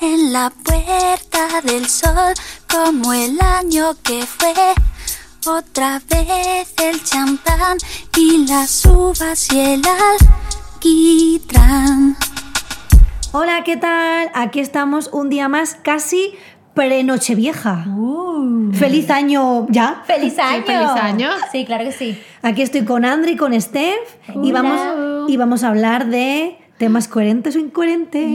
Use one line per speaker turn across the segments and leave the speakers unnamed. en la puerta del sol, como el año que fue. Otra vez el champán y las uvas y el alquitrán.
Hola, ¿qué tal? Aquí estamos un día más, casi pre-nochevieja. Feliz año ya.
Uh. ¡Feliz año!
feliz año.
Sí, claro que sí.
Aquí estoy con Andri, y con Steph y
Hola.
vamos, y vamos a hablar de temas coherentes o incoherentes.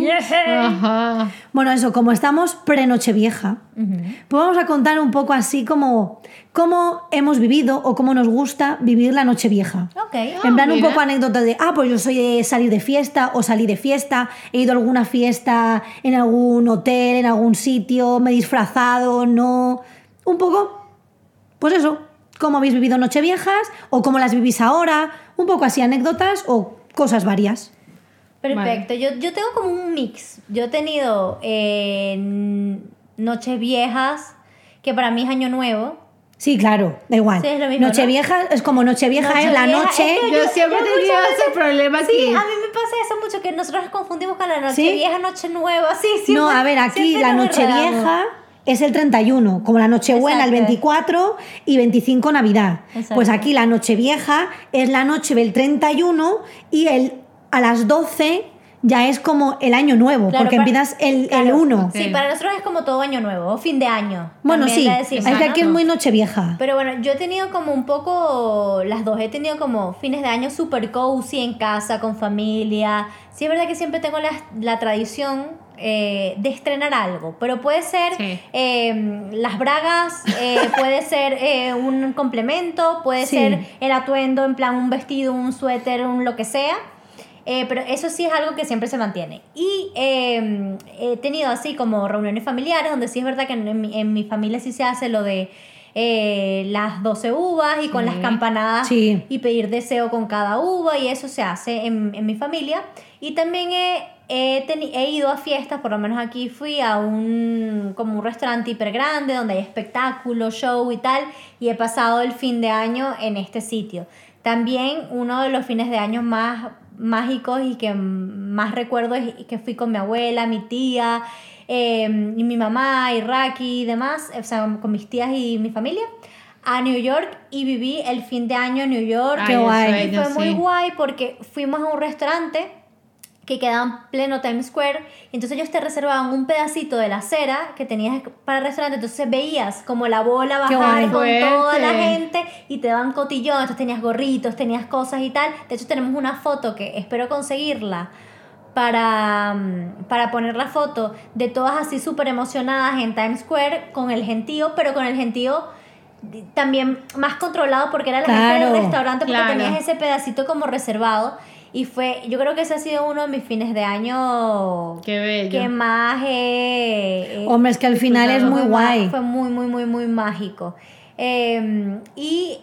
Ajá.
Bueno, eso, como estamos pre-nochevieja, pues vamos a contar un poco así como cómo hemos vivido o cómo nos gusta vivir la nochevieja.
Ok.
en plan, un
mira.
poco anécdota de, ah, pues yo soy de salir de fiesta o salí de fiesta, he ido a alguna fiesta en algún hotel, en algún sitio, me he disfrazado, no. Un poco, pues eso, cómo habéis vivido nocheviejas o cómo las vivís ahora, un poco así anécdotas o cosas varias.
Perfecto. Yo, yo tengo como un mix. Yo he tenido eh, n- noches viejas, que para mí es año nuevo.
Sí, claro, da igual.
Sí, es lo mismo, ¿no?
nochevieja es como nochevieja en la
Nochevieja,
noche.
es que
Yo
Yo-
siempre
yo
tenía
muchas
ese problema
Sí,
aquí.
a mí me pasa eso mucho, que nosotros nos confundimos con la noche
Pues ¿Sí?
vieja, noche nueva. Sí, sí.
no, a ver, aquí la Nochevieja es el 31, como la Nochebuena el
Exacto.
24 y 25 Navidad.
Exacto.
Pues aquí la Nochevieja es la noche del 31 y el, a las 12 ya es como el año nuevo,
Claro,
porque
para-
empiezas el, el
claro.
1.
Sí,
Sí.
para nosotros es como todo año nuevo, o fin de año.
Bueno,
también
sí,
le decimos,
es que
¿no?
aquí es muy Nochevieja.
Pero bueno, yo he tenido como un poco las dos. He tenido como fines de año super cozy en casa, con familia. Sí, es verdad que siempre tengo la, la tradición eh, de estrenar algo, pero puede ser
Sí.
eh, las bragas, eh, puede ser eh, un complemento, puede
Sí.
ser el atuendo, en plan un vestido, un suéter, un lo que sea. Eh, pero eso sí es algo que siempre se mantiene. Y eh, he tenido así como reuniones familiares, donde sí es verdad que en, en mi, en mi familia sí se hace lo de eh, las 12 uvas y con las campanadas
Sí.
y pedir deseo con cada uva y eso se hace en, en mi familia. Y también he, he, teni- he ido a fiestas, por lo menos aquí fui a un, como un restaurante hiper grande donde hay espectáculos, show y tal, y he pasado el fin de año en este sitio. También uno de los fines de año más mágicos y que más recuerdo es que fui con mi abuela, mi tía, eh, y mi mamá, y Raki y demás, o sea, con mis tías y mi familia, a New York y viví el fin de año en New York.
Ay,
qué
el
guay.
Y
sueño,
fue muy
sí.
guay porque fuimos a un restaurante que quedaba en pleno Times Square. Y entonces ellos te reservaban un pedacito de la acera que tenías para el restaurante. Entonces veías como la bola
Qué
bajar con
guay.
toda la
Fuerte.
gente y te daban cotillón. Entonces tenías gorritos, tenías cosas y tal. De hecho, tenemos una foto que espero conseguirla para, mm, para poner la foto de todas así súper emocionadas en Times Square con el gentío, pero con el gentío di- también más controlado porque era la gente
Claro,
del restaurante porque
claro.
tenías ese pedacito como reservado y fue yo creo que ese ha sido uno de mis fines de año
Qué bello.
que más he- he-
Hombre, es que al final es muy
ma-
guay.
Fue muy, muy, muy, muy mágico. Eh, y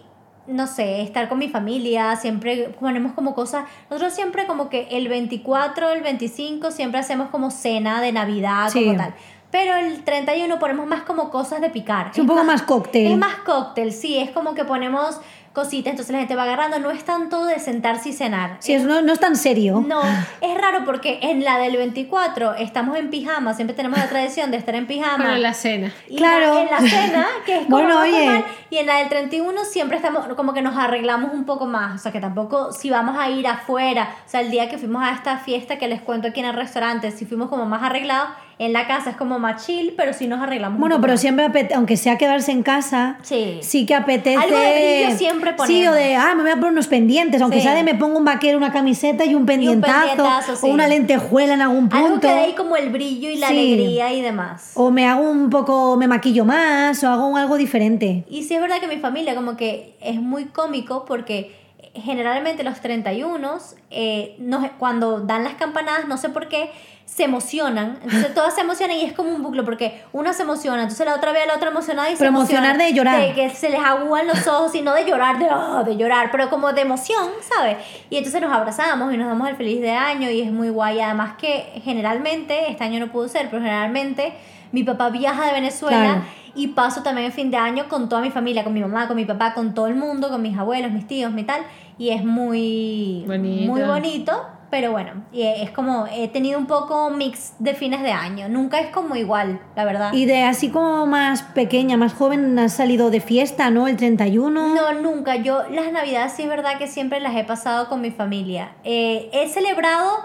no sé, estar con mi familia, siempre ponemos como cosas. Nosotros siempre como que el 24, el 25, siempre hacemos como cena de Navidad,
Sí.
como tal. Pero el 31 ponemos más como cosas de picar.
Es un poco más cóctel.
Es más cóctel, sí, es como que ponemos cositas, entonces la gente va agarrando. No es tanto de sentarse y cenar.
Sí, es- no, no es tan serio.
No, es raro porque en la del 24 estamos en pijama, siempre tenemos la tradición de estar en pijama.
Para la cena.
Y
Claro.
la- en la cena, que es como
Bueno,
más
oye.
formal, y en la del 31 siempre estamos como que nos arreglamos un poco más, o sea, que tampoco si vamos a ir afuera, o sea, el día que fuimos a esta fiesta que les cuento aquí en el restaurante, si fuimos como más arreglados, en la casa es como más chill, pero si nos arreglamos. un
Bueno,
poco
pero
más.
siempre, apete- aunque sea quedarse en casa,
Sí.
que apetece.
Algo de brillo siempre
Sí, o
ponemos.
de, ah, me voy a poner unos pendientes, aunque
Sí.
sea de me pongo un vaquero, una camiseta y un pendientazo,
pendientazo, sí.
o una lentejuela en algún punto.
algo que dé ahí como el brillo y la
Sí.
alegría y demás.
O me hago un poco, me maquillo más, o hago un- algo diferente.
Y sí es verdad que mi familia como que es muy cómico porque generalmente los 31 eh, nos- cuando dan las campanadas no sé por qué se emocionan entonces todas se emocionan y es como un bucle porque una se emociona entonces la otra ve a la otra emocionada y se
Pero emocionar
emociona.
de llorar.
que se les agúan los ojos y no de llorar de, "Ah", de llorar pero como de emoción ¿sabes? y entonces nos abrazamos y nos damos el feliz de año y es muy guay además que generalmente este año no pudo ser pero generalmente mi papá viaja de Venezuela
Claro.
y paso también el fin de año con toda mi familia, con mi mamá, con mi papá, con todo el mundo, con mis abuelos, mis tíos, mi tal. Y es muy
Bonito.
muy bonito. Pero bueno, y es como he tenido un poco mix de fines de año. Nunca es como igual, la verdad.
Y de así como más pequeña, más joven, has salido de fiesta, ¿no? El 31.
No, nunca. Yo las navidades sí es verdad que siempre las he pasado con mi familia. Eh, he celebrado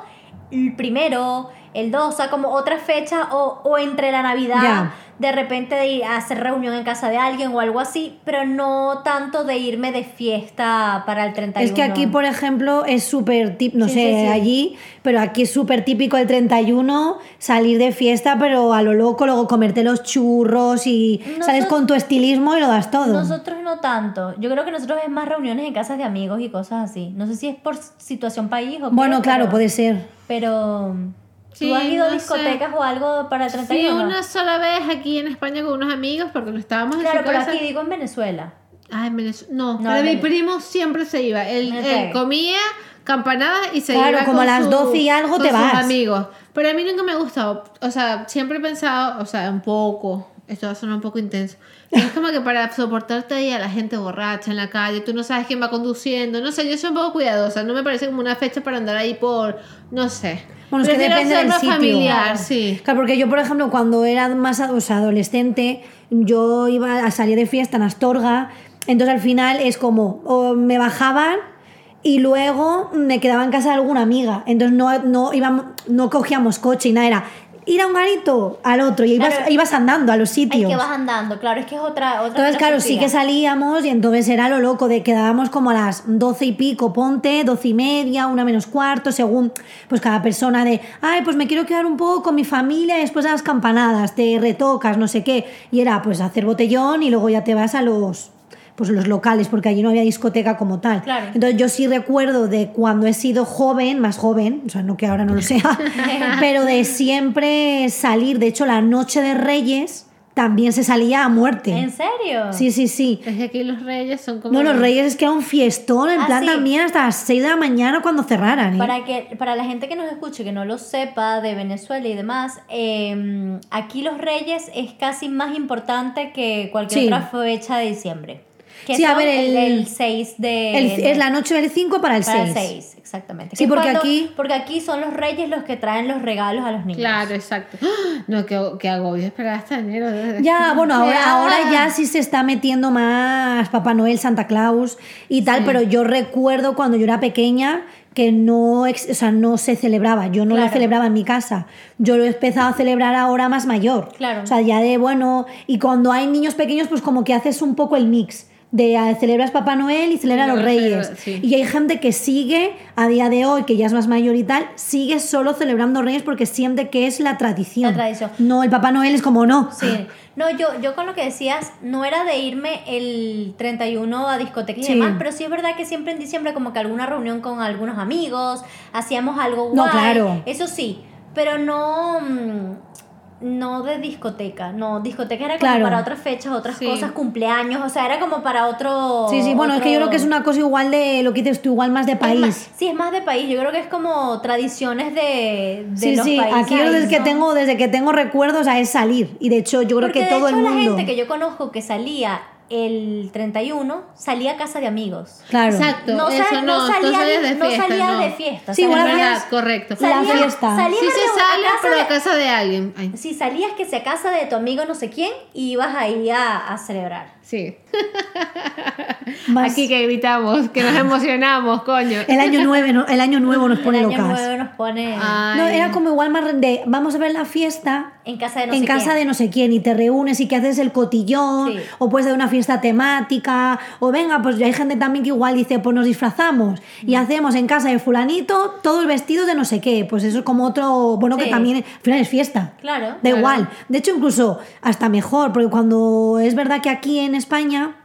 el primero, el dos, o sea, como otras fechas o, o entre la Navidad,
Ya.
de repente de ir a hacer reunión en casa de alguien o algo así, pero no tanto de irme de fiesta para el 31.
Es que aquí, por ejemplo, es súper típico, no
Sí,
sé,
sí, sí.
allí, pero aquí es súper típico el 31 salir de fiesta, pero a lo loco, luego comerte los churros y sales
Nosot-
con tu estilismo y lo das todo.
Nosotros no tanto. Yo creo que nosotros es más reuniones en casas de amigos y cosas así. No sé si es por situación país o qué,
bueno, claro,
pero-
puede ser.
Pero ¿tú
Sí,
has ido a
no
discotecas o algo para el
Fui
31?
una sola vez aquí en España con unos amigos porque no estábamos
Claro,
en su
pero
casa.
aquí digo en Venezuela.
Ah, en Venezuela. No,
No,
pero
en
mi
Vene-
primo siempre se iba. Él,
Ok.
él comía campanadas y se
Claro,
iba
como
con
a las
su-
12 y algo
con
te
sus
vas.
amigos. Pero a mí nunca me ha gustado. O sea, siempre he pensado, o sea, un poco. Esto va a sonar un poco intenso. pero es como que para soportarte ahí a la gente borracha en la calle, tú no sabes quién va conduciendo. No sé, yo soy un poco cuidadosa. No me parece como una fecha para andar ahí por. No sé.
Bueno, es que
Prefiero
depende del
hacerlo
sitio.
familiar, sí.
Claro, porque yo, por ejemplo, cuando era más ad- o sea, adolescente, yo iba a salir de fiesta en Astorga, entonces al final es como, o me bajaban y luego me quedaba en casa de alguna amiga, entonces no, no, íbamos, no cogíamos coche y nada, era ir a un garito al otro y ibas,
Claro.
ibas andando a los
Ay,
sitios.
que vas andando, claro, es que es otra. otra
Entonces, claro, sí
filosofía.
que salíamos y entonces era lo loco de quedábamos como a las doce y pico, ponte, doce y media, una menos cuarto, según pues cada persona de, ay, pues me quiero quedar un poco con mi familia y después a las campanadas, te retocas, no sé qué. Y era pues hacer botellón y luego ya te vas a los pues los locales, porque allí no había discoteca como tal.
Claro.
Entonces yo sí recuerdo de cuando he sido joven, más joven, o sea, no que ahora no lo sea, pero de siempre salir, de hecho la noche de Reyes también se salía a muerte.
¿En serio?
Sí, sí, sí.
Es que aquí los reyes son como.
No, los Reyes es que era un fiestón, en
Ah,
plan
sí.
también hasta las 6 de la mañana cuando cerraran. ¿eh?
Para, que, para la gente que nos escuche, que no lo sepa de Venezuela y demás, eh, aquí los Reyes es casi más importante que cualquier
Sí.
otra fecha de diciembre. Que
Sí, a
son
ver, el-
el, 6 de...
El- es la noche del 5 para el
para
6.
el 6, exactamente.
Sí,
Que es
porque aquí-
Porque aquí son los Reyes los que traen los regalos a los niños.
Claro, exacto. ¡Ah! No, qué, qué agobio esperar hasta enero.
Ya, bueno, ahora,
Ya.
ahora ya sí se está metiendo más Papá Noel, Santa Claus y tal, pero yo recuerdo cuando yo era pequeña que no, ex- o sea, no se celebraba, yo no lo
Claro.
celebraba en mi casa, yo lo he empezado a celebrar ahora más mayor.
Claro.
O sea, ya de bueno, y cuando hay niños pequeños, pues como que haces un poco el mix. De ah, celebras Papá Noel y celebras
Lo
los
celebra-
Reyes.
sí.
Y hay gente que sigue, a día de hoy, que ya es más mayor y tal, sigue solo celebrando Reyes porque siente que es la tradición.
La tradición.
No, el Papá Noel es como no.
Sí. No, yo, yo con lo que decías, no era de irme el 31 a discotecas
Sí.
y demás, pero sí es verdad que siempre en diciembre como que alguna reunión con algunos amigos, hacíamos algo
No,
guay.
claro.
Eso sí, pero no... mm, No de discoteca, no, discoteca era como
Claro.
para otras fechas, otras
Sí.
cosas, cumpleaños, o sea, era como para otro...
Sí, sí, bueno, es que yo
otro-
creo que es una cosa igual de lo que dices tú, igual más de
Es más-
país.
sí, es más de país, yo creo que es como tradiciones de... de
Sí,
los
sí,
países
aquí yo
ahí,
desde que
¿no?
tengo, desde que tengo recuerdos o sea, es salir. Y de hecho, yo creo
Porque
que
de
todo
hecho,
el
la
mundo.
gente que yo conozco que salía el 31 salía a casa de amigos.
Claro.
Exacto,
No,
eso
sal-
no,
no salía,
tú salías de
no
fiesta.
salía
no.
de fiesta.
Sí,
o sea,
bueno,
Es
salías-
verdad, correcto.
salías- La fiesta.
salías
sí
a
se
reun- a
sale,
casa
pero a
de-
casa de alguien. Ay,
Si salías que se casa de tu amigo no sé quién y ibas ahí a, a celebrar.
sí.
Más-
Aquí que gritamos, que nos emocionamos, coño.
El año nueve, ¿no? el año nuevo nos pone
el año
locas.
nuevo nos pone
Ay.
No, era como igual más de vamos a ver la fiesta
en casa de no
en
sé
casa
quién.
de no sé quién y te reúnes y que haces el cotillón
Sí.
o puedes dar una fiesta temática o venga, pues hay gente también que igual dice, pues nos disfrazamos
Mm.
y hacemos en casa de fulanito todos vestidos de no sé qué, pues eso es como otro, bueno, que
Sí.
también al final es fiesta.
Claro.
Da igual. De hecho, incluso hasta mejor, porque cuando es verdad que aquí en España,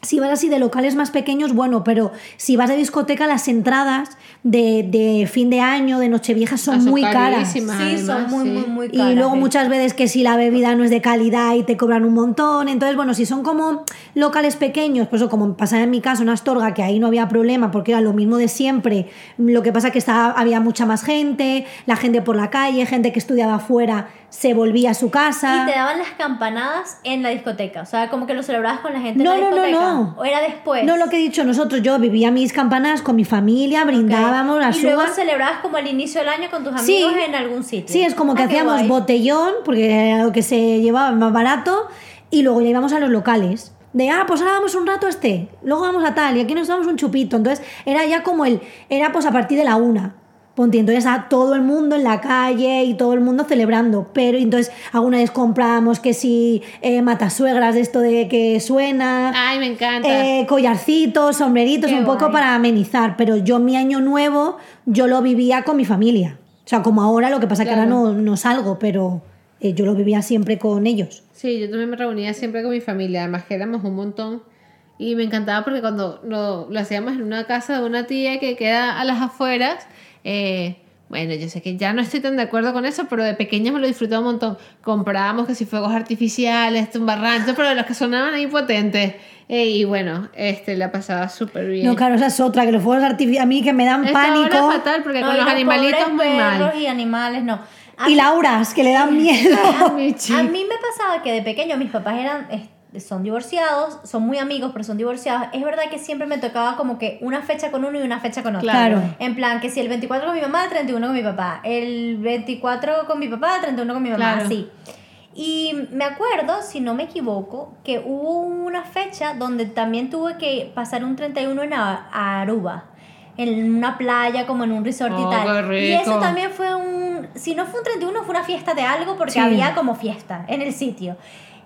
si vas así de locales más pequeños, bueno, pero si vas de discoteca, las entradas de, de fin de año, de Nochevieja, son,
Ah, son
muy caras.
carísimas,
Sí, son
además,
muy,
sí.
muy, muy caras.
Y luego
de-
muchas veces que si la bebida no es de calidad y te cobran un montón. Entonces, bueno, si son como locales pequeños, pues o como pasaba en mi caso en Astorga, que ahí no había problema porque era lo mismo de siempre. Lo que pasa que estaba, había mucha más gente, la gente por la calle, gente que estudiaba afuera se volvía a su casa.
Y te daban las campanadas en la discoteca. O sea, como que lo celebrabas con la gente
No,
en
no,
la
no,
discoteca.
no.
O era después.
No, lo que he dicho nosotros, yo vivía mis campanas con mi familia,
Ok.
brindábamos las
Y luego
uvas.
celebrabas como al inicio del año con tus
Sí.
amigos en algún sitio.
Sí, es como que
Ah, qué
hacíamos
guay.
botellón, porque era lo que se llevaba más barato, y luego ya íbamos a los locales. De, ah, pues ahora vamos un rato a este, luego vamos a tal, y aquí nos damos un chupito. Entonces, era ya como el, era pues a partir de la una. Ponte, entonces a todo el mundo en la calle y todo el mundo celebrando. Pero y entonces alguna vez compramos que si eh, matasuegras de esto de que suena.
Ah,
Ay, me encanta.
Eh, collarcitos, sombreritos,
Qué
un poco
guay.
para amenizar, pero yo mi año nuevo yo lo vivía con mi familia. O sea, como ahora, lo que pasa es que
Claro.
ahora no, no salgo, pero eh, yo lo vivía siempre con ellos.
Sí, yo también me reunía siempre con mi familia, además que éramos un montón. Y me encantaba porque cuando lo, lo hacíamos en una casa de una tía que queda a las afueras, eh, bueno, yo sé que ya no estoy tan de acuerdo con eso, pero de pequeña me lo disfrutaba un montón. Comprábamos que si fuegos artificiales, tumbarranchos, pero de los que sonaban ahí potentes. Eh, y bueno, este la pasaba súper bien.
No, claro, esa es otra, que los fuegos artificiales, a mí que me dan
Esto ahora
pánico.
es fatal porque
No,
con
y
los animalitos
pobres
muy
perros
mal.
y animales, no. A
Y Lauras, que le dan miedo.
Ah, mi chica.
A mí me pasaba que de pequeño mis papás eran es- son divorciados, son muy amigos, pero son divorciados. Es verdad que siempre me tocaba como que una fecha con uno y una fecha con otro.
Claro.
En plan, que si el 24 con mi mamá, el 31 con mi papá. El 24 con mi papá, el 31 con mi mamá,
Claro.
así. Y me acuerdo, si no me equivoco, que hubo una fecha donde también tuve que pasar un 31 en A- Aruba. En una playa, como en un resort
Oh,
y tal.
qué
Y eso
rico.
también fue un. Si no fue un 31, fue una fiesta de algo, porque
Sí.
había como fiesta en el sitio.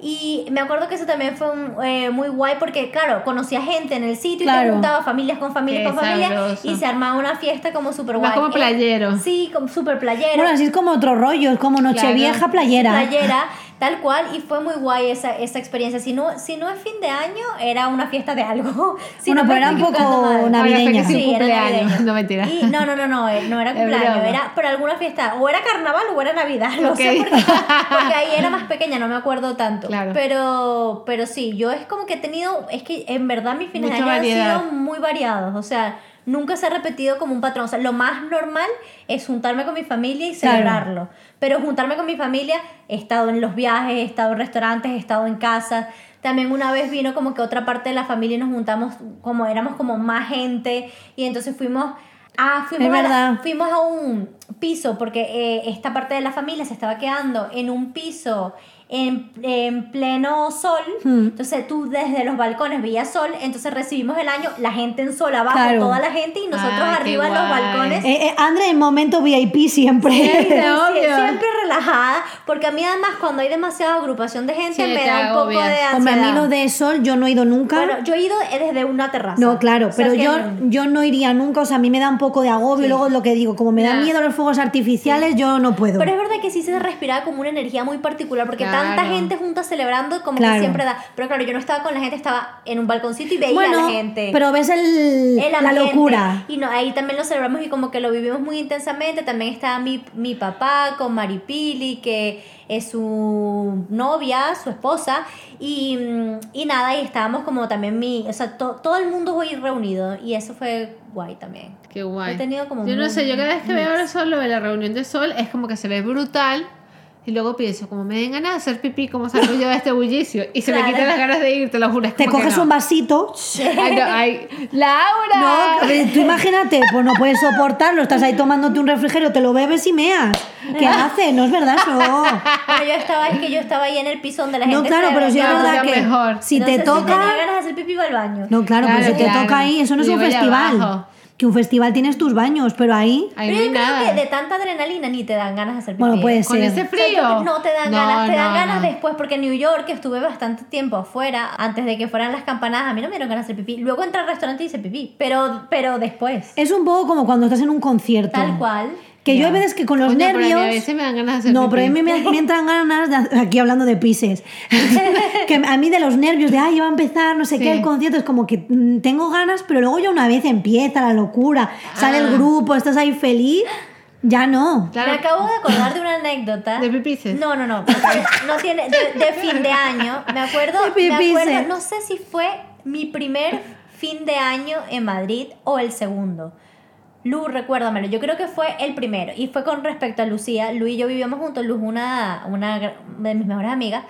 Y me acuerdo que eso también fue un, eh, muy guay porque, claro, conocía gente en el sitio y te
Claro.
juntaba familias con familias
Qué
con familias
sabroso.
y se armaba una fiesta como súper guay.
Más como
Eh,
playero.
sí, como súper playero.
Bueno, así es como otro rollo, es como Nochevieja
Claro.
playera.
playera, tal cual, y fue muy guay esa, esa experiencia. Si no, si no es fin de año, era una fiesta de algo. Si
Bueno,
no
pero
me
era un
estoy
poco
equivocando mal.
nav-
Ahora fue que
navideña.
sí,
Sí, era
cumpleaños.
navideña.
No, mentira.
Y- no, no, no, no, eh, no era
Es
cumpleaños,
broma.
era pero alguna fiesta, o era carnaval o era Navidad, no sé
Ok.
por qué, porque ahí era más pequeña, no me acuerdo tanto.
Claro.
Pero, pero sí, yo es como que he tenido, es que en verdad mis fines de
Mucha
año han
variedad.
sido muy variados, o sea, nunca se ha repetido como un patrón, o sea, lo más normal es juntarme con mi familia y
Claro.
celebrarlo, pero juntarme con mi familia, he estado en los viajes, he estado en restaurantes, he estado en casas. También una vez vino como que otra parte de la familia y nos juntamos como éramos como más gente y entonces fuimos a fuimos,
Es
a la-
verdad.
fuimos a un piso porque eh, esta parte de la familia se estaba quedando en un piso en, en pleno sol.
Hmm.
Entonces tú desde los balcones veías sol. Entonces recibimos el año, la gente en sol abajo,
Claro.
toda la gente y nosotros
Ay, qué
arriba en los
guay.
balcones.
Eh, eh, Andrea, en momento VIP siempre.
Sí.
Sí,
obvio.
Siempre relajada, porque a mí además cuando hay demasiada agrupación de gente
Sí,
me
te
da un poco
agobias.
de ansiedad.
Hombre, a mí lo de sol yo no he ido nunca.
Bueno, yo he ido eh, desde una terraza.
No, claro,
O sea
pero
que
yo,
no.
yo no iría nunca, o sea, a mí me da un poco de agobio, y luego lo que digo, como me
Ya.
dan miedo los fuegos artificiales, yo no puedo.
Pero es verdad que sí se respiraba como una energía muy particular, porque tanta
Claro.
gente junta celebrando como que
Claro.
siempre da. Pero claro, yo no estaba con la gente, estaba en un balconcito y veía a
bueno,
la gente.
pero ves el,
El
la
ambiente.
locura.
Y no, ahí también lo celebramos y como que lo vivimos muy intensamente. También estaba mi, mi papá con Maripili, que es su novia, su esposa. Y, mm, y nada, y estábamos como también mi... O sea, to- todo el mundo hoy reunido. Y eso fue guay también.
Qué guay.
He tenido como
yo no
un-
sé, yo cada vez que veo el sol, lo de la reunión de sol, es como que se ve brutal. Y luego pienso, como me den ganas de hacer pipí, como salgo yo de este bullicio. Y se me
Claro.
quitan las ganas de ir, te lo juro. es
Te
como que
coges
no.
un vasito.
Ay, no, ay, ¡Laura!
No, tú imagínate, pues no puedes soportarlo, estás ahí tomándote un refrigerio, te lo bebes y meas. ¿Qué haces? No es verdad eso.
Bueno, yo estaba, es que yo estaba ahí en el piso donde la
No,
gente
claro,
celebra.
pero sí es
Claro,
verdad
ya
que
mejor.
si
Entonces,
te
Si tenía
toca...
ganas de hacer pipí, iba al baño.
No, claro,
Claro,
pero si te
claro.
toca ahí, eso no es
Yo
un
voy
festival.
abajo.
Que un festival tienes tus baños, pero ahí...
Ay,
Pero
no hay
yo creo
nada.
que de tanta adrenalina ni te dan ganas de hacer pipí.
Bueno, pues, puede ser.
Con ese
O sea,
frío.
creo que No te dan
No,
ganas, te dan
no,
ganas
no.
después, porque en New York estuve bastante tiempo afuera, antes de que fueran las campanadas, a mí no me dieron ganas de hacer pipí. Luego entré al restaurante y hice pipí, pero, pero después.
Es un poco como cuando estás en un concierto.
Tal cual.
Que yo
Ya.
hay veces que con los
Coño, pero a mí
nervios...
a veces me dan ganas de hacer
No, pero a
pipí.
mí me, me entran ganas, de hacer- aquí hablando de pises, que a mí de los nervios, de, ay, ya va a empezar, no sé
Sí.
qué, el concierto, es como que mm, tengo ganas, pero luego ya una vez empieza la locura, sale
Ah.
el grupo, estás ahí feliz, ya no.
Claro.
Me acabo de acordar de una anécdota.
¿De pipices?
No, no, no. No tiene, no tiene- de, de fin de año. Me acuerdo,
De pipices.
me acuerdo, no sé si fue mi primer fin de año en Madrid o el segundo. Lu, recuérdamelo, yo creo que fue el primero. Y fue con respecto a Lucía. Lu y yo vivíamos juntos. Lu es una, una gr- de mis mejores amigas.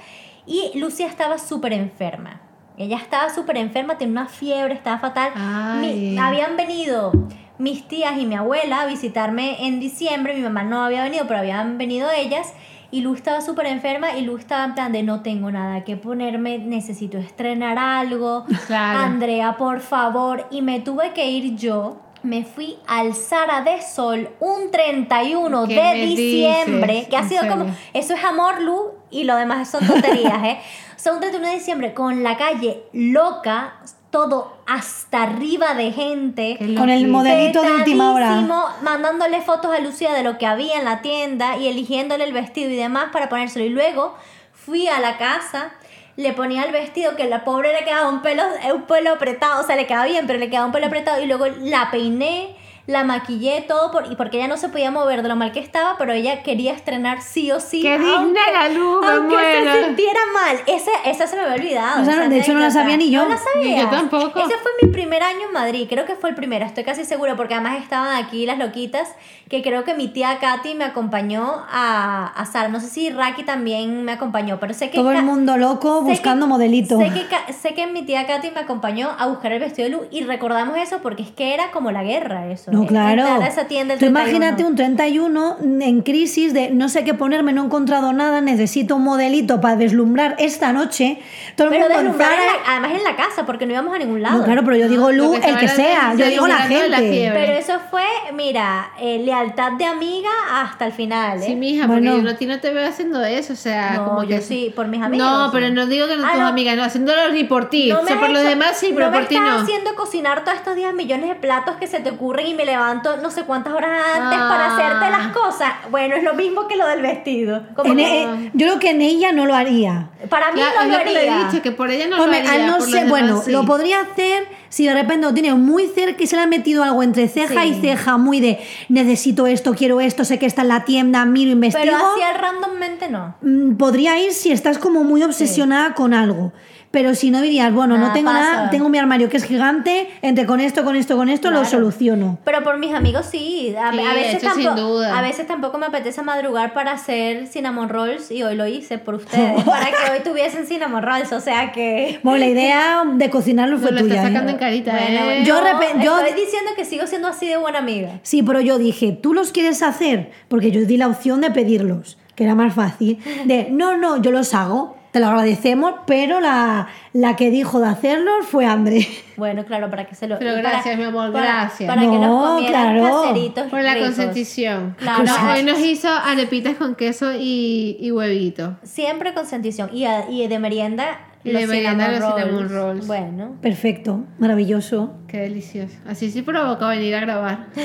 Y Lucía estaba súper enferma. Ella estaba súper enferma, tenía una fiebre, estaba fatal.
Ay.
Mi- habían venido mis tías y mi abuela a visitarme en diciembre. Mi mamá no había venido, pero habían venido ellas. Y Lu estaba súper enferma y Lu estaba en plan de no tengo nada que ponerme, necesito estrenar algo.
Claro.
Andrea, por favor. Y me tuve que ir yo. Me fui al Sara de Sol un 31
¿Qué
de
me
diciembre.
dices?
Que ha
¿En
sido como.
serio?
Eso es amor, Lu, y lo demás son tonterías, ¿eh? Son 31 de diciembre con la calle loca, todo hasta arriba de gente.
Qué
Con el
loquito.
modelito de última hora.
Petadísimo, Mandándole fotos a Lucía de lo que había en la tienda y eligiéndole el vestido y demás para ponérselo. Y luego fui a la casa, le ponía el vestido que la pobre le quedaba un pelo, un pelo apretado, o sea, le quedaba bien, pero le quedaba un pelo apretado. Y luego la peiné, la maquillé, todo, por, y porque ella no se podía mover de lo mal que estaba, pero ella quería estrenar sí o sí.
¡Qué digna la luz,
Oh,
me
aunque se
muero!
sintiera mal. Esa, esa se me había olvidado.
O sea,
esa
de hecho, no la
anécdota.
sabía ni yo.
No la
Ni
sabía.
yo tampoco.
Ese fue mi primer año en Madrid, creo que fue el primero, estoy casi segura, porque además estaban aquí las loquitas, que creo que mi tía Katy me acompañó a, a Sara. No sé si Raki también me acompañó, pero sé que...
Todo el
Ka-
mundo loco
sé que-
buscando modelito.
Sé que, Ka- sé que mi tía Katy me acompañó a buscar el vestido de Lu y recordamos eso porque es que era como la guerra eso.
No,
eh,
claro.
entrar a esa tienda el
Tú
31.
imagínate un 31 en crisis de no sé qué ponerme, no he encontrado nada, necesito un modelito para deslumbrar esta noche. Todo el
Pero
mundo en
deslumbrar
Zara.
en la- además en la casa porque no íbamos a ningún lado.
No, claro, pero yo digo
Lo
Lu,
que se
el que
va a
sea,
dar-
yo digo la
eliminando la
gente.
fiebre.
Pero eso fue, mira, eh, lealtad de amiga hasta el final. ¿eh?
Sí, mija,
Bueno.
porque yo no, a ti no te veo haciendo eso, o sea,
No,
como
yo
que...
sí, por mis amigos.
No, pero no digo que no
Ah,
tus
no.
amigas, no, haciéndolo ni por ti, o sea,
has
por los
hecho-
demás sí, pero
no me
por ti
estás
no.
haciendo cocinar todos estos días millones de platos que se te ocurren y me levanto no sé cuántas horas antes
Ah.
para hacerte las cosas. Bueno, es lo mismo que lo del vestido. Como
En-
que- eh,
eh, yo creo que en ella no lo haría.
para mí
Claro,
no
es
lo
lo que le he
haría.
dicho, que por ella no
Hombre,
lo
a
ah,
haría,
no
por los
ser-
demás
bueno,
sí.
lo podría hacer si de repente lo tiene muy cerca y se le ha metido algo entre ceja
Sí.
y ceja, muy de necesito esto, quiero esto, sé que está en la tienda, miro, investigo.
pero así al randommente no.
Mm, podría ir si estás como muy obsesionada con algo. Pero si no dirías, bueno, no
Ah,
tengo
pasa.
nada, tengo mi armario que es gigante, entre con esto, con esto, con esto, lo
Claro.
soluciono.
Pero por mis amigos sí. A,
Sí,
a veces
eso sin
tampoco,
duda.
a veces tampoco me apetece madrugar para hacer cinnamon rolls y hoy lo hice por ustedes. para que hoy tuviesen cinnamon rolls, o sea que...
Bueno, la idea de cocinarlo
No,
fue
lo
tuya.
está
¿eh?
sacando en carita,
Bueno,
¿eh?
yo
no,
repen- yo-
estoy diciendo que sigo siendo así de buena amiga.
Sí, pero yo dije, ¿tú los quieres hacer? Porque yo di la opción de pedirlos, que era más fácil. De, no, no, yo los hago, te lo agradecemos, pero la, la que dijo de hacerlos fue André.
Bueno, claro, para que se lo.
Pero
y para-
gracias, mi amor,
para-
gracias.
Para que
No,
nos comieran
claro.
caseritos
Por la
ricos.
consentición.
Claro.
No, hoy nos hizo arepitas con queso y, y huevito.
Siempre consentición. Y, a- y de merienda,
Y de merienda, los cinnamon rolls.
Bueno.
Perfecto, maravilloso.
Qué delicioso. Así sí provoca venir a grabar.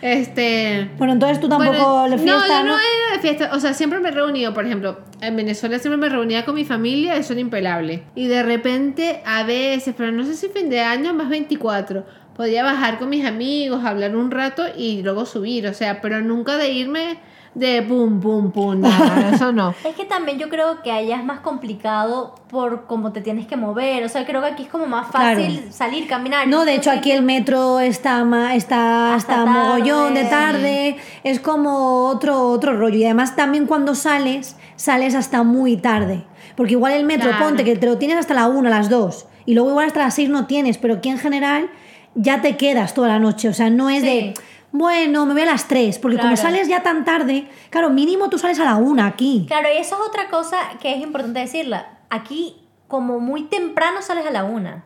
este.
Bueno, entonces tú tampoco le
bueno, no,
fiesta,
yo
¿no?
no eh, era de fiesta. O sea, siempre me he reunido, por ejemplo, en Venezuela siempre me reunía con mi familia, eso era impelable. Y de repente, a veces, pero no sé si fin de año, más 24, podía bajar con mis amigos, hablar un rato y luego subir. O sea, pero nunca de irme de pum, pum, pum, nada. Eso no.
Es que también yo creo que allá es más complicado por cómo te tienes que mover. O sea, creo que aquí es como más fácil
Claro.
salir, caminar.
No, de hecho aquí el metro está ma- está
Hasta
hasta
tarde.
mogollón de tarde, es como otro otro rollo y además también cuando sales sales hasta muy tarde, porque igual el metro
Claro.
ponte que te lo tienes hasta la 1, las 2 y luego igual hasta las 6 no tienes, pero aquí en general ya te quedas toda la noche, o sea, no es
Sí.
de bueno, me voy a las 3, porque como
Claro.
sales ya tan tarde, claro, mínimo tú sales a la 1 aquí.
Claro, y eso es otra cosa que es importante decirla. Aquí, como muy temprano sales a la una.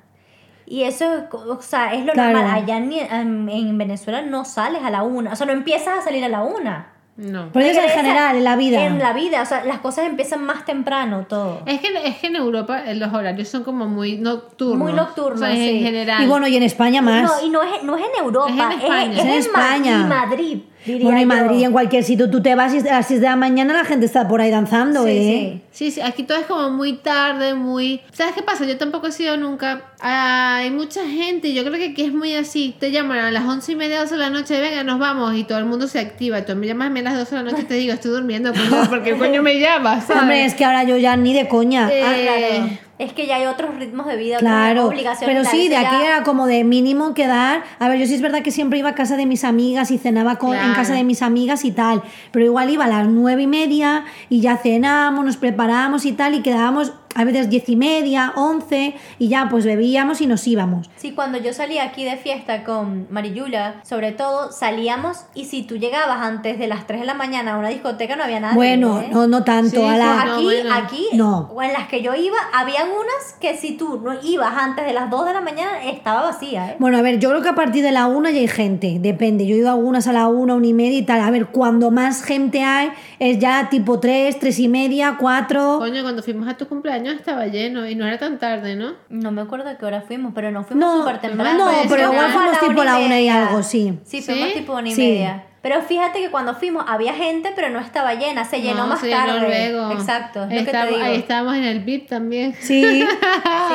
Y eso es, co- o sea, es lo
Claro.
normal. Allá ni- en, en Venezuela no sales a la una. O sea, no empiezas a salir a la una.
No.
Pero eso en
Regresa-
general en la vida.
En la vida, o sea, las cosas empiezan más temprano todo.
Es que, es que en Europa eh, los horarios son como muy nocturnos.
Muy nocturnos,
O sea,
sí.
en general.
Y bueno, y en España más.
No, y no es, no es en Europa,
Es en España.
es en,
Es en España.
Ma- y Madrid. diría
Bueno, en
yo.
Madrid, en cualquier sitio, tú te vas y a las 6 de la mañana la gente está por ahí danzando,
Sí,
¿eh?
Sí, sí, aquí todo es como muy tarde, muy... ¿Sabes qué pasa? Yo tampoco he sido nunca... Hay mucha gente, yo creo que aquí es muy así. Te llaman a las once y media, 12 de la noche, venga, nos vamos, y todo el mundo se activa. Tú me llamas a mí a las 12 de la noche y te digo, estoy durmiendo, coño, ¿por qué coño me llamas? ¿Sabes?
Hombre, es que ahora yo ya ni de coña.
Eh,
Ah,
Es que ya hay otros ritmos de vida,
Claro,
otras obligaciones.
pero
tal,
sí,
eso
de aquí
ya-
era como de mínimo quedar. A ver, yo sí es verdad que siempre iba a casa de mis amigas y cenaba con, en
Claro.
casa de mis amigas y tal, pero igual iba a las nueve y media y ya cenábamos, nos preparábamos y tal, y quedábamos a veces diez y media, once, y ya pues bebíamos y nos íbamos.
Sí, cuando yo salía aquí de fiesta con Mariyula, sobre todo, salíamos y si tú llegabas antes de las 3 de la mañana a una discoteca no había nada.
Bueno, no, no tanto,
Sí,
a
sí,
la-
no,
Aquí,
bueno.
aquí,
No.
o en las que yo iba, habían unas que si tú no ibas antes de las 2 de la mañana estaba vacía, ¿eh?
Bueno, a ver, yo creo que a partir de la una ya hay gente, depende. Yo he ido a algunas a la una, una y media y tal. A ver, cuando más gente hay es ya tipo tres, tres y media, cuatro.
Coño, cuando fuimos a tu cumpleaños estaba lleno y no era tan tarde, ¿no?
No me acuerdo a qué hora fuimos, pero no fuimos
No,
súper temprano. ¿eh?
no,
pero igual
fuimos
a
tipo la una y
media.
algo, sí.
Sí, fuimos
¿Sí?
tipo una y
Sí.
media. Pero fíjate que cuando fuimos había gente, pero no estaba llena, se llenó
No,
más
se llenó
tarde.
luego.
Exacto, es lo que te
Estábamos-
digo.
Ahí estábamos en el VIP también.
Sí.
Sí,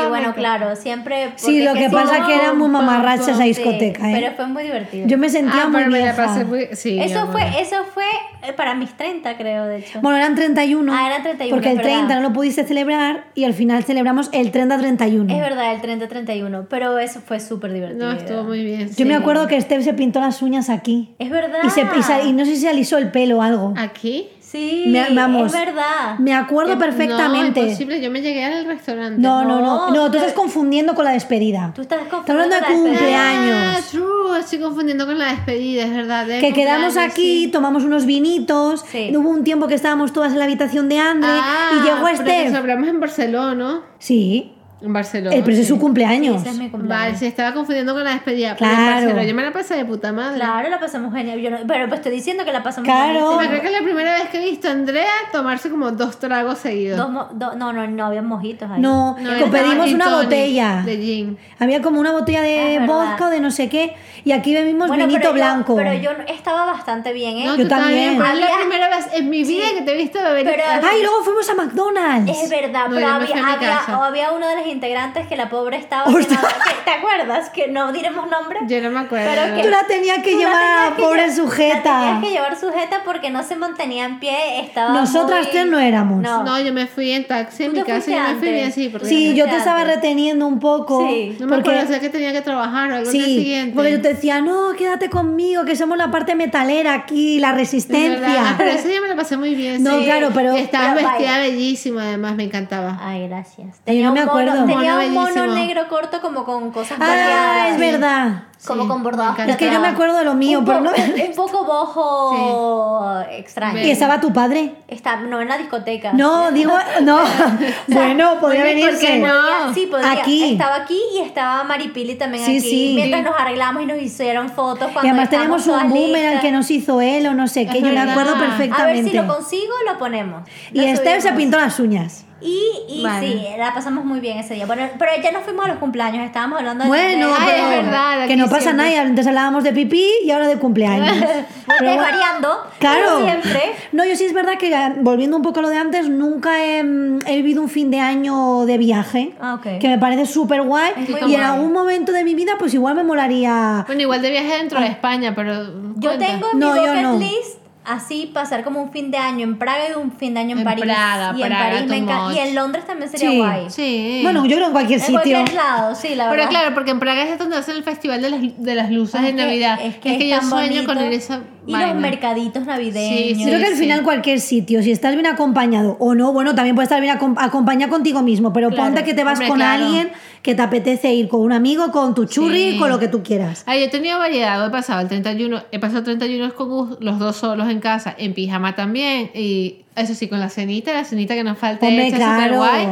bueno, claro, siempre.
Sí, lo que pasa es que
era
eran muy mamarrachas la discoteca, ¿eh?
Pero fue muy divertido.
Yo me sentía
Ah,
muy
pero me la
vieja.
pasé muy... Sí,
eso,
amor.
fue, eso fue eh, para mis 30, creo, de hecho.
Bueno, eran 31.
Ah, eran 31,
Porque
es
el 30
verdad.
no lo pudiste celebrar y al final celebramos el 30-31.
es verdad, el 30-31, pero eso fue súper divertido.
No, estuvo muy bien.
Yo me acuerdo que Steph se pintó las uñas aquí.
Es verdad.
Y, se, y
Ah.
sa- y no sé si se alisó el pelo o algo.
¿Aquí?
Sí,
Me- vamos.
es verdad.
Me acuerdo
Ah. Em, No,
perfectamente.
imposible. Yo me llegué al restaurante.
No, no,
No,
no. No, tú
pero-
estás confundiendo con la despedida.
Tú estás
Estamos hablando de
confundiendo la despedida.
cumpleaños.
Ah, true. Estoy confundiendo con la despedida, es verdad. de
Que quedamos
cumpleaños,
aquí,
sí.
tomamos unos vinitos.
Sí.
Hubo un tiempo que estábamos todas en la habitación de Andre
Ah,
y llegó
pero que
Steph.
celebramos en Barcelona, ¿no?
Sí,
En Barcelona.
el pero ese es su cumpleaños.
Ese es mi cumpleaños.
Vale, se estaba confundiendo con la despedida. pero en
Claro.
Barcelona, yo me la pasé de puta madre.
Claro, la pasamos genial. Yo no- pero pues estoy diciendo que la pasamos
Claro.
Me
genial.
creo que es la primera vez que he visto a Andrea tomarse como dos tragos seguidos.
Dos mo- dos- no, no, no había mojitos ahí.
No,
No,
que
era
pedimos
gin
una
tonic
botella. Eh,
De gin.
Había como una botella de
Es verdad.
vodka o de no sé qué. Y aquí bebimos
Bueno,
vinito
pero yo-
blanco.
pero yo no- estaba bastante bien, ¿eh?
No,
Yo
tú
también.
también. pero es la
Había-
primera vez en mi vida
Sí.
que te he visto beber.
Pero-
así.
Ay, luego fuimos a McDonald's.
Es verdad,
No,
pero
yo me fui
había,
a mi
había,
casa.
había una de las integrantes que la pobre estaba.
Hostia.
que no- que- ¿Te acuerdas? Que no diremos nombre.
Yo no me acuerdo.
Pero que-
Tú la tenías que
Tú la
llevar a
tenías
la
que
pobre
lle- La
sujeta.
tenías que llevar sujeta porque no se mantenía en pie. Estaba
Nosotras
muy-
tres no éramos.
No.
No, yo me fui en taxi en
Tú
mi
te
casa
fuiste
y yo me fui
antes.
bien, sí, porque
Sí,
Porque
yo
antes.
te estaba reteniendo un poco.
Sí.
no me
porque
acuerdo, o sea, que tenía que trabajar o algo al día
Sí,
siguiente.
porque yo te decía, no, quédate conmigo, que somos la parte metalera aquí, la
Es verdad. Ah,
resistencia.
pero ese día me la pasé muy bien.
No,
sí.
claro, pero-
Y estaba
Pero Ah,
vestida
baila.
bellísima, además, me encantaba.
Ay, gracias.
no me
un mono-
acuerdo.
tenía
Mono
un mono
bellísimo.
negro corto como con cosas
Ah,
variadas.
es verdad.
Como
Sí,
con bordados.
me
Es que yo me
Atrás.
acuerdo de lo mío,
un,
pero no.
poco, un poco bojo extraño.
Y estaba tu padre.
Está, no en la discoteca.
No, digo, no. bueno, podría
bueno, ¿y por
venirse.
qué no?
Podía- sí, podía.
Aquí.
Estaba aquí y estaba Maripili también
Sí,
aquí.
sí.
Mientras
Sí.
nos arreglamos y nos hicieron fotos. Cuando
Y además
estábamos
tenemos un
todas
boomerang
listas.
que nos hizo él o no sé qué,
Es
yo me
verdad.
acuerdo
A ver si
perfectamente.
lo consigo, lo ponemos. Lo
y Esther se
subimos.
pintó las uñas.
Y, y
Vale.
sí, la pasamos muy bien ese día. Bueno, pero ya nos fuimos a los cumpleaños, estábamos hablando de.
Bueno,
de-
Ay,
pero
es verdad,
que
aquí
no pasa
siempre.
nada. y Antes hablábamos de pipí y ahora de cumpleaños. Pero
Antes
bueno,
variando.
Claro.
como Siempre.
No, yo sí es verdad que ah, volviendo un poco a lo de antes, nunca he, mm, he vivido un fin de año de viaje.
Ah, ok.
Que me parece súper guay.
Es
Y
muy
en
guay.
algún momento de mi vida, pues igual me molaría.
Bueno, igual de viaje dentro de España, pero. mm,
Yo
cuenta.
tengo en
No,
mi
yo
bucket
no.
list así pasar como un fin de año en Praga y un fin de año en,
En
París.
Praga,
y en
Praga,
París me
too
encanta. Y
much.
en Londres también sería
Sí,
guay.
Sí.
Bueno, yo creo en cualquier
en
sitio.
cualquier lado, sí, la
Pero
verdad. Ah,
claro, porque en Praga es donde hacen el festival de las, de las luces
Es
de
que-
Navidad.
Es que, es
yo
tan
sueño
bonito.
con esa.
Y
vaina.
los mercaditos navideños.
Yo creo que al
Sí,
final
sí.
cualquier sitio, si estás bien acompañado o no, bueno, también puedes estar bien acom- acompañado contigo mismo, pero
Claro,
ponte que te vas
hombre,
con
claro.
alguien que te apetece ir, con un amigo, con tu churri,
Sí.
con lo que tú quieras.
Ah, yo he tenido variedad, he pasado el 31, he pasado 31 con Gus, los dos solos en casa, en pijama también, y eso sí, con la cenita, la cenita que nos falta
Hombre,
hecha,
claro.
súper guay.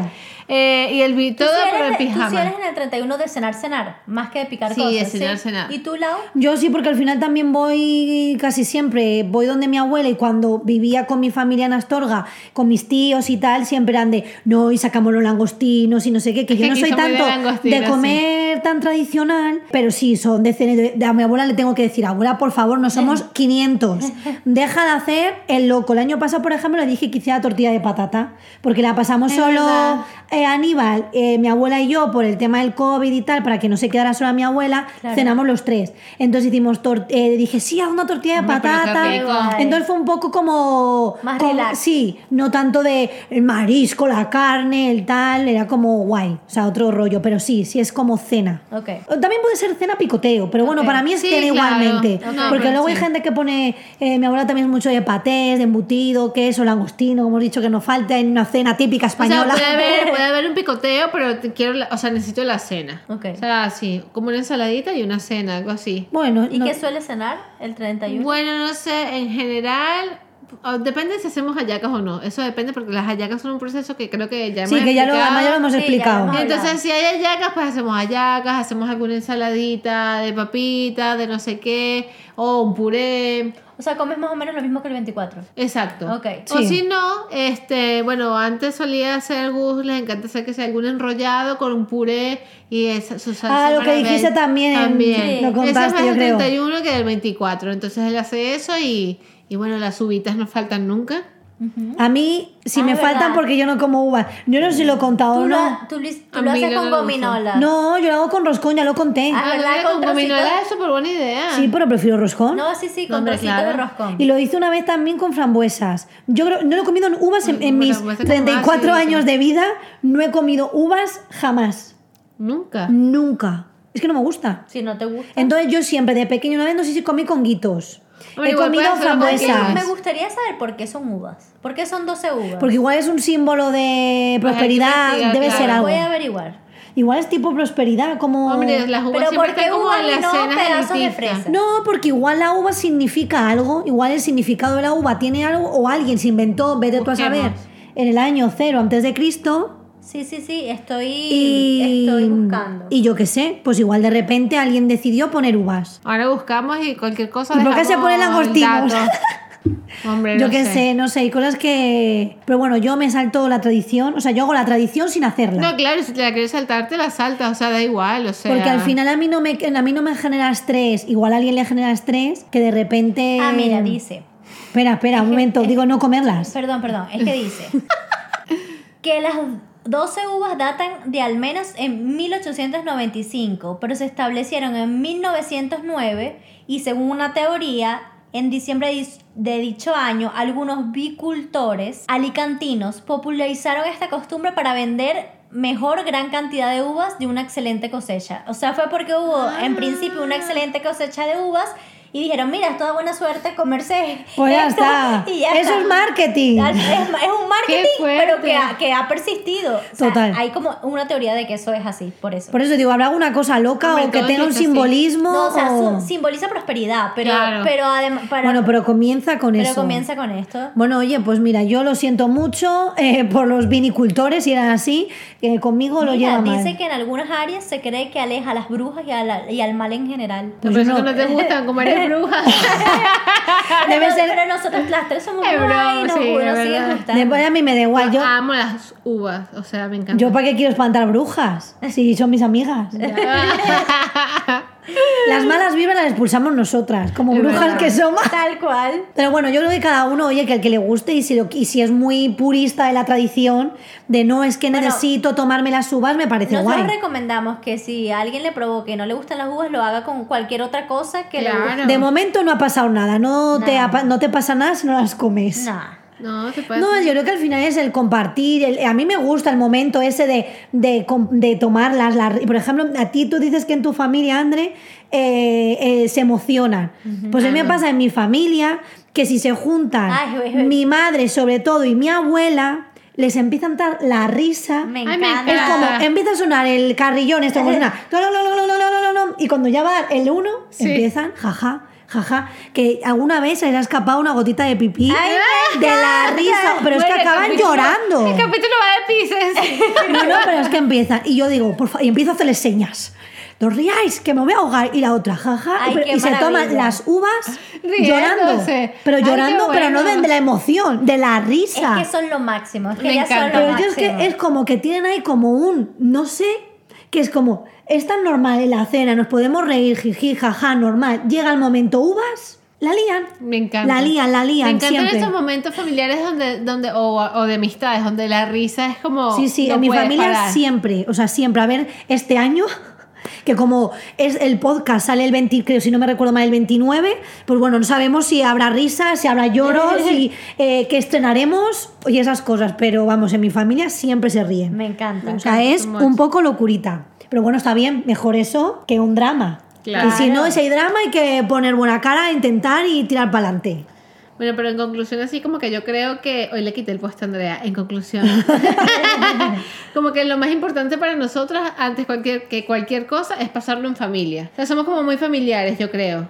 Eh, y el vi-
Tú
todo,
sí eres
pero en
de- Tú sí
pijama.
eres en el 31 de cenar, cenar, más que de picar
Sí,
cosas.
de cenar, cenar.
¿Y tú, Lau?
Yo sí, porque al final también voy casi siempre, voy donde mi abuela y cuando vivía con mi familia en Astorga, con mis tíos y tal, siempre eran de, no, y sacamos los langostinos y no sé qué, que
Es
yo
que
no
aquí
soy
son muy de
tanto de
langostinos, sí.
comer tan tradicional, pero sí, son de cenas, de- de- a mi abuela le tengo que decir, abuela, por favor, no somos 500, deja de hacer el loco. El año pasado, por ejemplo, le dije que hiciera tortilla de patata, porque la pasamos
Es
solo
verdad.
eh, Aníbal, eh, mi abuela y yo, por el tema del COVID y tal, para que no se quedara sola mi abuela,
Claro.
cenamos los tres. Entonces hicimos, tor- eh, dije, sí, haz una tortilla de
Hombre, pero está
patata.
rico.
Entonces fue un poco como...
Más
como-
relax.
Sí, no tanto de el marisco, la carne, el tal, era como guay, o sea, otro rollo, pero sí, sí es como cena.
Ok.
O También puede ser cena picoteo, pero bueno,
Ok.
para mí es
Sí,
cena
claro.
igualmente.
Ok.
Porque
No,
luego hay
sí.
gente que pone, eh, mi abuela también es mucho de patés, de embutido, queso, langostino, como hemos dicho, que no falta en una cena típica
O sea,
española.
puede haber, puede haber un picoteo, pero te quiero, la- o sea, necesito la cena.
Ok.
O sea, sí, como una ensaladita y una cena, algo así.
bueno,
¿Y
no-
qué suele cenar el 31?
Bueno, no sé, en general, o- depende si hacemos hallacas o no. Eso depende porque las hallacas son un proceso que creo que ya hemos
sí, que ya lo,
explicado.
además ya lo hemos
Sí, Ah, ya lo
explicado.
hemos hablado.
Entonces, si hay hallacas, pues hacemos hallacas, hacemos alguna ensaladita de papita, de no sé qué, o un puré.
O sea, comes más o menos lo mismo que el 24.
Exacto.
Ok.
O
Sí.
si no, este, bueno, antes solía hacer Gus, les encanta hacer que sea algún enrollado con un puré y esa, su salsa.
Ah, lo que
maravell-
dijiste también,
Sí.
También.
lo
Ese es
contaste,
más
yo
del
creo.
31 que del 24. Entonces él hace eso y, y bueno, las uvitas no faltan nunca.
A mí, si
Ah,
me
es
faltan
verdad.
porque yo no como uvas, yo no sé si lo he contado
Tú
o
lo,
no.
tú lo- tú
A
lo
mí
haces
no
con
me gusta.
gominola.
No, yo lo hago con roscón, ya lo conté.
Ah, ¿verdad?
mira,
Con
con gominola
trocitos.
es súper buena idea.
Sí, pero prefiero roscón.
No, sí, sí,
Ah. No,
con
hombre,
trocitos de
claro.
roscón.
Y lo hice una vez también con frambuesas. Yo creo, no lo he comido en uvas en,
Ay,
en
con
mis
frambuesa como
34
ácido,
años
sí.
de vida. No he comido uvas jamás.
Nunca.
Nunca. Es que no me gusta.
Si no te gusta.
Entonces yo siempre, de pequeño, una vez no sé si comí conguitos.
Hombre,
he
igual
comido
puede ser con
Aunque
esas.
Me
frambuesas.
gustaría saber por qué son uvas. ¿Por qué son 12 uvas?
Porque igual es un símbolo de
Pues hay que
prosperidad,
investigar,
debe
claro.
ser algo.
Voy a averiguar.
Igual es tipo prosperidad, como...
Hombre, las uvas
Pero
siempre
¿por qué
están como
uvas
en
y
las
no
cenas
pedazos de
elitistas.
fresa?
No, porque igual la uva significa algo, igual el significado de la uva tiene algo, o alguien se inventó, vete tú a
Busquemos.
saber, en el año cero antes de Cristo,
Sí, sí, sí, estoy,
Y, mm,
estoy buscando.
Y yo qué sé, pues igual de repente alguien decidió poner uvas.
Ahora buscamos y cualquier cosa.
¿Y por qué se
dejamos
ponen langostinos?
el dato. Hombre,
yo
no
qué
sé.
sé. no sé, hay cosas que... Pero bueno, yo me salto la tradición, o sea, yo hago la tradición sin hacerla.
No, claro, si te la quieres saltar, te la saltas, o sea, da igual, o sea.
porque al final a mí, no me, a mí no me genera estrés, igual a alguien le genera estrés, que de repente...
Ah, mira, dice.
Espera, espera, un momento, digo no comerlas.
Perdón, perdón, es que dice que las 12 uvas datan de al menos en 1895, pero se establecieron en 1909 y según una teoría, en diciembre dis- de dicho año, algunos bicultores alicantinos popularizaron esta costumbre para vender mejor gran cantidad de uvas de una excelente cosecha. O sea, fue porque hubo en principio
Ah.
una excelente cosecha de uvas y dijeron, mira, es toda buena suerte comerse
Pues ya
esto",
está.
y ya
Eso
está.
es marketing.
Es, es un marketing,
Qué fuerte.
pero que ha, que ha persistido. O sea,
Total.
Hay como una teoría de que eso es así, por eso.
Por eso digo, habrá alguna cosa loca
Hombre,
o que
todo
tenga un
empieza así.
simbolismo.
no, o sea, su-
o-
simboliza prosperidad, pero,
Claro.
pero además. para-
Bueno, pero comienza con
pero
eso.
comienza con esto.
Bueno, oye, pues mira, yo lo siento mucho eh, por los vinicultores, si eran así, que conmigo lo
Mira,
llevan mal.
dice que en algunas áreas se cree que aleja a las brujas y, a la- y al mal en general.
Por eso que no te gustan, como eres bruja.
Pero,
Debe ser-
pero nosotros las tres somos
Es
brujas
broma,
y nos,
sí,
nos
es
siguen
verdad.
gustando.
Después a mí me da igual, yo,
Amo las uvas, o sea, me encanta.
yo para qué quiero espantar brujas, si son mis amigas. Las malas vibras las expulsamos nosotras, como
Es
brujas
verdad.
que somos.
Tal cual.
Pero bueno, yo creo que cada uno, oye, que al que le guste y si, lo, y si es muy purista de la tradición, de no es que
Bueno,
necesito tomarme las uvas, me parece
Nosotros
guay.
recomendamos que si a alguien le provoque y no le gustan las uvas, lo haga con cualquier otra cosa que le
Claro.
guste.
De momento no ha pasado nada, no, Te, ha pa- no te pasa nada si no las comes.
Nah.
No, se
pues
puede.
No, yo creo que al final es el compartir. el- a mí me gusta el momento ese de, de, com- de tomarlas. la- por ejemplo, a ti tú dices que en tu familia, André, eh, eh, se emocionan. Pues a mí me pasa en mi familia que si se juntan
Ah. Ay, uy, uy.
mi madre, sobre todo, y mi abuela, les empieza a entrar la risa.
Me
Ay,
encanta.
me
Es como,
Ah.
empieza a sonar el carrillón, esto como suena, no, no, no, no, no, no, no, no, no, y cuando ya va el uno,
Sí.
empiezan, jaja, jaja, que alguna vez se les ha escapado una gotita de pipí
Ay,
de la risa, pero es que
Bueno, el
acaban
capítulo-
llorando.
El capítulo va de pises.
No, no, pero es que empiezan, y yo digo, por favor, y empiezo a hacerles señas. No os riáis, que me voy a ahogar. Y la otra, jaja.
Ay,
y pero-
qué
y se toman
maravilla.
las uvas
Riéndose.
llorando. Pero
Ay, qué
llorando, pero no
bueno.
de la emoción, de la risa.
Es que son lo máximo. Es que
Me
ellas son
encanta.
lo
Pero yo es
máximo.
que es como que tienen ahí como un, no sé, que es como, es tan normal en la cena, nos podemos reír, jiji, jaja, normal. Llega el momento uvas La lían.
Me encanta.
La lían, la lían.
Me encantan
siempre.
estos momentos familiares donde, donde, o, o de amistades, donde la risa es como.
Sí, sí,
no
en mi
puedes
familia
parar.
siempre, o sea, siempre. A ver, este año, que como es el podcast sale el 20, creo, si no me recuerdo mal, el 29, pues bueno, no sabemos si habrá risas, si habrá lloros, si, eh, qué estrenaremos y esas cosas, pero vamos, en mi familia siempre se ríen.
Me encanta.
O sea, es un poco locurita. Pero bueno, está bien, mejor eso que un drama.
Claro.
Y si no, ese drama hay que poner buena cara, intentar y tirar para adelante.
Bueno, pero en conclusión, así como que yo creo que. Hoy le quité el puesto a Andrea, en conclusión. como que lo más importante para nosotras, antes cualquier, que cualquier cosa, es pasarlo en familia. O sea, somos como muy familiares, yo creo.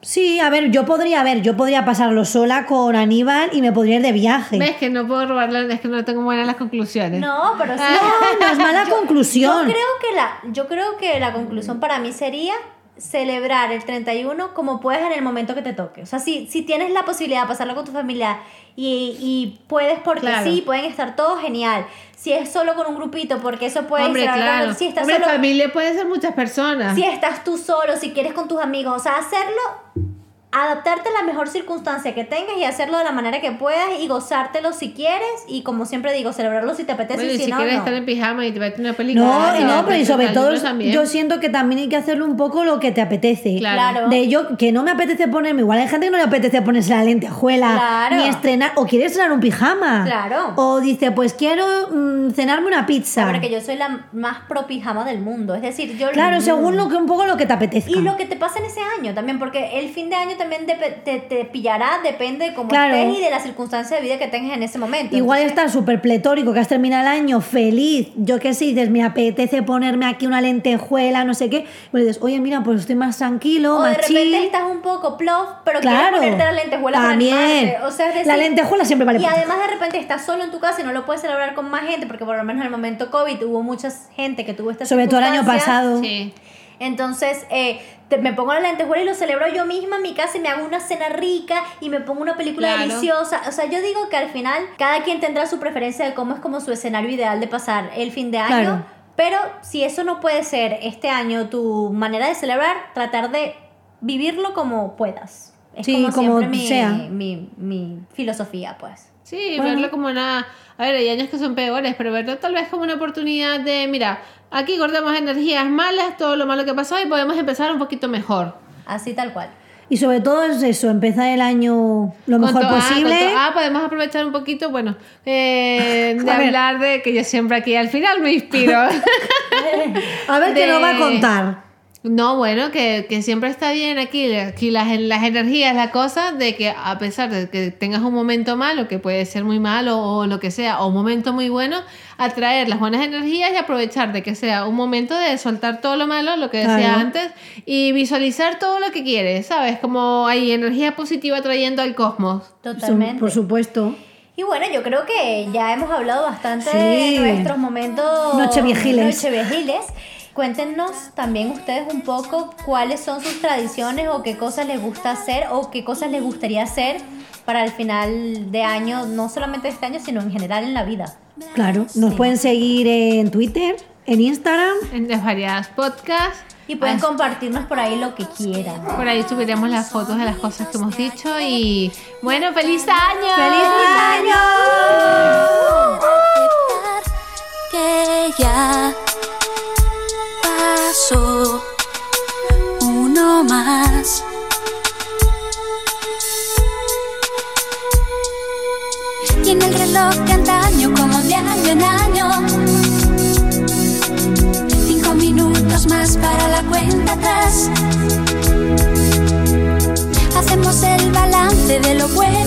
Sí, a ver, yo podría, a ver, yo podría pasarlo sola con Aníbal y me podría ir de viaje.
¿Ves que no puedo robarle? Es que no tengo buenas las conclusiones.
No, pero sí.
No, no es mala
Yo
conclusión.
creo, que la, yo creo que la conclusión para mí sería celebrar el 31 como puedes en el momento que te toque. O sea, si, si tienes la posibilidad de pasarlo con tu familia y, y puedes porque
Claro.
sí, pueden estar todos genial. Si es solo con un grupito, porque eso puede
Hombre,
ser
claro.
Si estás
Hombre,
solo,
familia puede ser muchas personas.
si estás tú solo, si quieres con tus amigos, o sea, hacerlo, adaptarte a la mejor circunstancia que tengas y hacerlo de la manera que puedas y gozártelo si quieres y como siempre digo, celebrarlo si te apetece
Bueno,
y
y
si,
si
no,
quieres
no.
estar en pijama y te vete una película.
No,
y
no,
te
pero y
ves
sobre
el
todo
libro también.
yo siento que también hay que hacerlo un poco lo que te apetece.
Claro.
Claro.
De yo, que no me apetece ponerme, igual hay gente que no le apetece ponerse la lentejuela,
Claro.
ni estrenar, o quiere estrenar un pijama.
Claro.
O dice, pues quiero mm, cenarme una pizza.
Porque yo soy la más pro pijama del mundo. Es decir, yo.
Claro, según lo que un poco lo que te apetezca.
Y lo que te pasa en ese año también, porque el fin de año también depe- te, te pillará, depende de cómo
Claro.
estés y de la circunstancia de vida que tengas en ese momento.
Igual
Entonces,
estás súper pletórico, que has terminado el año feliz. Yo qué sé, dices, me apetece ponerme aquí una lentejuela, no sé qué. Pero dices, oye, mira, pues estoy más tranquilo,
O de
más chill.
repente estás un poco plof, pero
Claro.
quieres ponerte la lentejuela
También.
para animarte. O sea, es decir,
La lentejuela siempre vale pues.
Y
para
además de repente estás solo en tu casa y no lo puedes celebrar con más gente, porque por lo menos en el momento COVID hubo mucha gente que tuvo este esta
Sobre todo el año
circunstancia.
pasado.
Sí.
Entonces, eh, te- me pongo la lentejuela y lo celebro yo misma en mi casa y me hago una cena rica y me pongo una película
Claro.
deliciosa. O sea, yo digo que al final cada quien tendrá su preferencia de cómo es como su escenario ideal de pasar el fin de año.
Claro.
Pero si eso no puede ser este año tu manera de celebrar, tratar de vivirlo como puedas. Es
Sí,
como,
como
siempre mi,
sea.
mi- mi filosofía, pues.
Sí,
Bueno.
verlo como una... A ver, hay años que son peores, pero verlo tal vez como una oportunidad de, mira, aquí cortamos energías malas, todo lo malo que pasó y podemos empezar un poquito mejor.
Así tal cual.
Y sobre todo es eso, empezar el año lo
Con
mejor
to- ah,
posible.
con to- Ah, podemos aprovechar un poquito, bueno, eh, de
A ver.
hablar de que yo siempre aquí al final me inspiro.
a ver qué
de-
nos va a contar.
No, bueno, que, que siempre está bien aquí, aquí las, las energías, la cosa de que a pesar de que tengas un momento malo, que puede ser muy malo o lo que sea, o un momento muy bueno, atraer las buenas energías y aprovechar de que sea un momento de soltar todo lo malo, lo que decía
Claro.
antes, y visualizar todo lo que quieres, ¿sabes? Como hay energía positiva trayendo al cosmos.
Totalmente.
Su- Por supuesto.
Y bueno, yo creo que ya hemos hablado bastante
Sí.
de nuestros momentos
Nocheviejiles.
nocheviejiles. Cuéntenos también ustedes un poco cuáles son sus tradiciones o qué cosas les gusta hacer o qué cosas les gustaría hacer para el final de año, no solamente de este año, sino en general en la vida.
Claro. Nos pueden seguir en Twitter, en Instagram.
En las variadas podcasts.
Y pueden
Ah,
compartirnos por ahí lo que quieran.
Por ahí subiremos las fotos de las cosas que hemos dicho y bueno, feliz año.
¡Feliz año!
aceptar que ya pasó uno más. Y en el reloj de antaño, como de año en año, cinco minutos más para la cuenta atrás. Hacemos el balance de lo bueno